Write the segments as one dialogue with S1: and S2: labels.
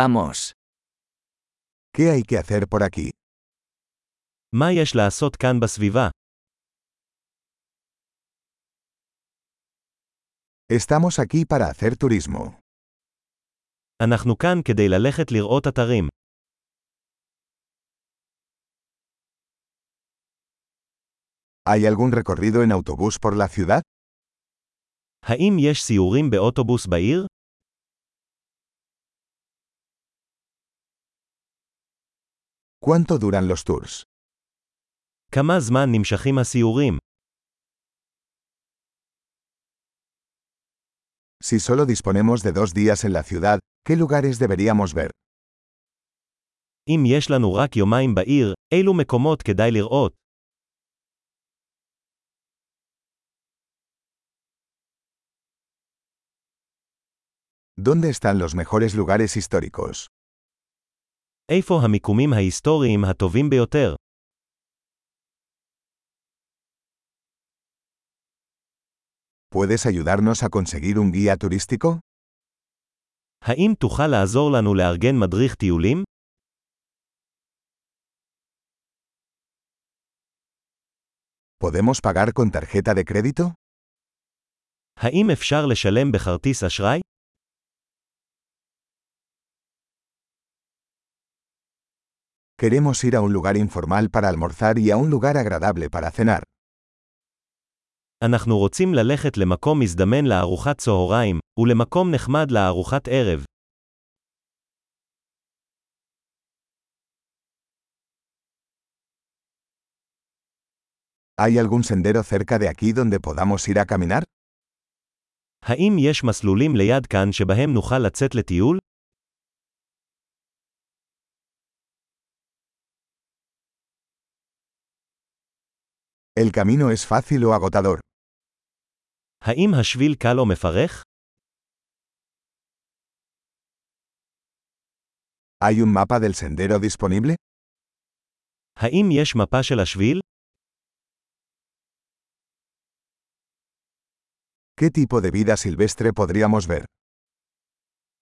S1: Vamos.
S2: ¿Qué hay que hacer por aquí?
S3: מה יש לעשות כאן בסביבה?
S2: Estamos aquí para hacer turismo.
S3: אנחנו כאן כדי ללכת לראות אתרים.
S2: ¿Hay algún recorrido en autobús por la ciudad?
S3: האם יש סיורים באוטובוס בעיר?
S2: ¿Cuánto duran los tours?
S3: כמה זמן נמשכים הסיורים?
S2: Si solo disponemos de dos días en la ciudad, ¿qué lugares deberíamos ver?
S3: אם יש לנו רק יומיים בעיר, אילו מקומות כדאי לראות?
S2: ¿Dónde están los mejores lugares históricos?
S3: איפה המיקומים ההיסטוריים הטובים ביותר?
S2: ¿Puedes ayudarnos a conseguir un guía turístico?
S3: האם תוכל לעזור לנו לארגן מדריך טיולים?
S2: ¿Podemos pagar con tarjeta de crédito?
S3: האם אפשר לשלם בכרטיס אשראי?
S2: Queremos ir a un lugar informal para almorzar y a un lugar agradable para cenar.
S3: אנחנו רוצים ללכת למקום מזדמן לארוחת צהריים, ולמקום נחמד לארוחת ערב.
S2: ¿Hay algún sendero cerca de aquí donde podamos ir a caminar?
S3: האם יש מסלולים ליד כאן שבהם נוכל לצאת לטיול?
S2: ¿El camino es fácil o agotador?
S3: האם השביל קל או מפרך?
S2: ¿Hay un mapa del sendero disponible?
S3: האם יש מפה של השביל?
S2: ¿Qué tipo de vida silvestre podríamos ver?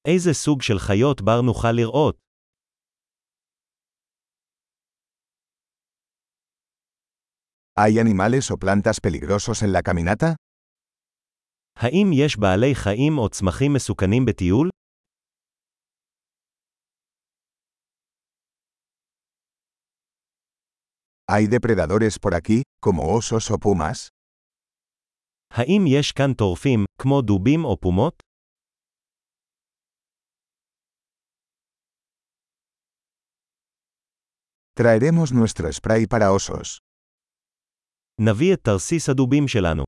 S3: איזה סוג של חיות בר נוכל לראות?
S2: ¿Hay animales o plantas peligrosos en la caminata?
S3: האם יש בעלי חיים או צמחים מסוכנים בטיול?
S2: ¿Hay depredadores por aquí, como osos o pumas?
S3: האם יש כאן טורפים, כמו דובים או פומות?
S2: Traeremos nuestro spray para osos.
S3: נביא את תרסיס הדובים שלנו.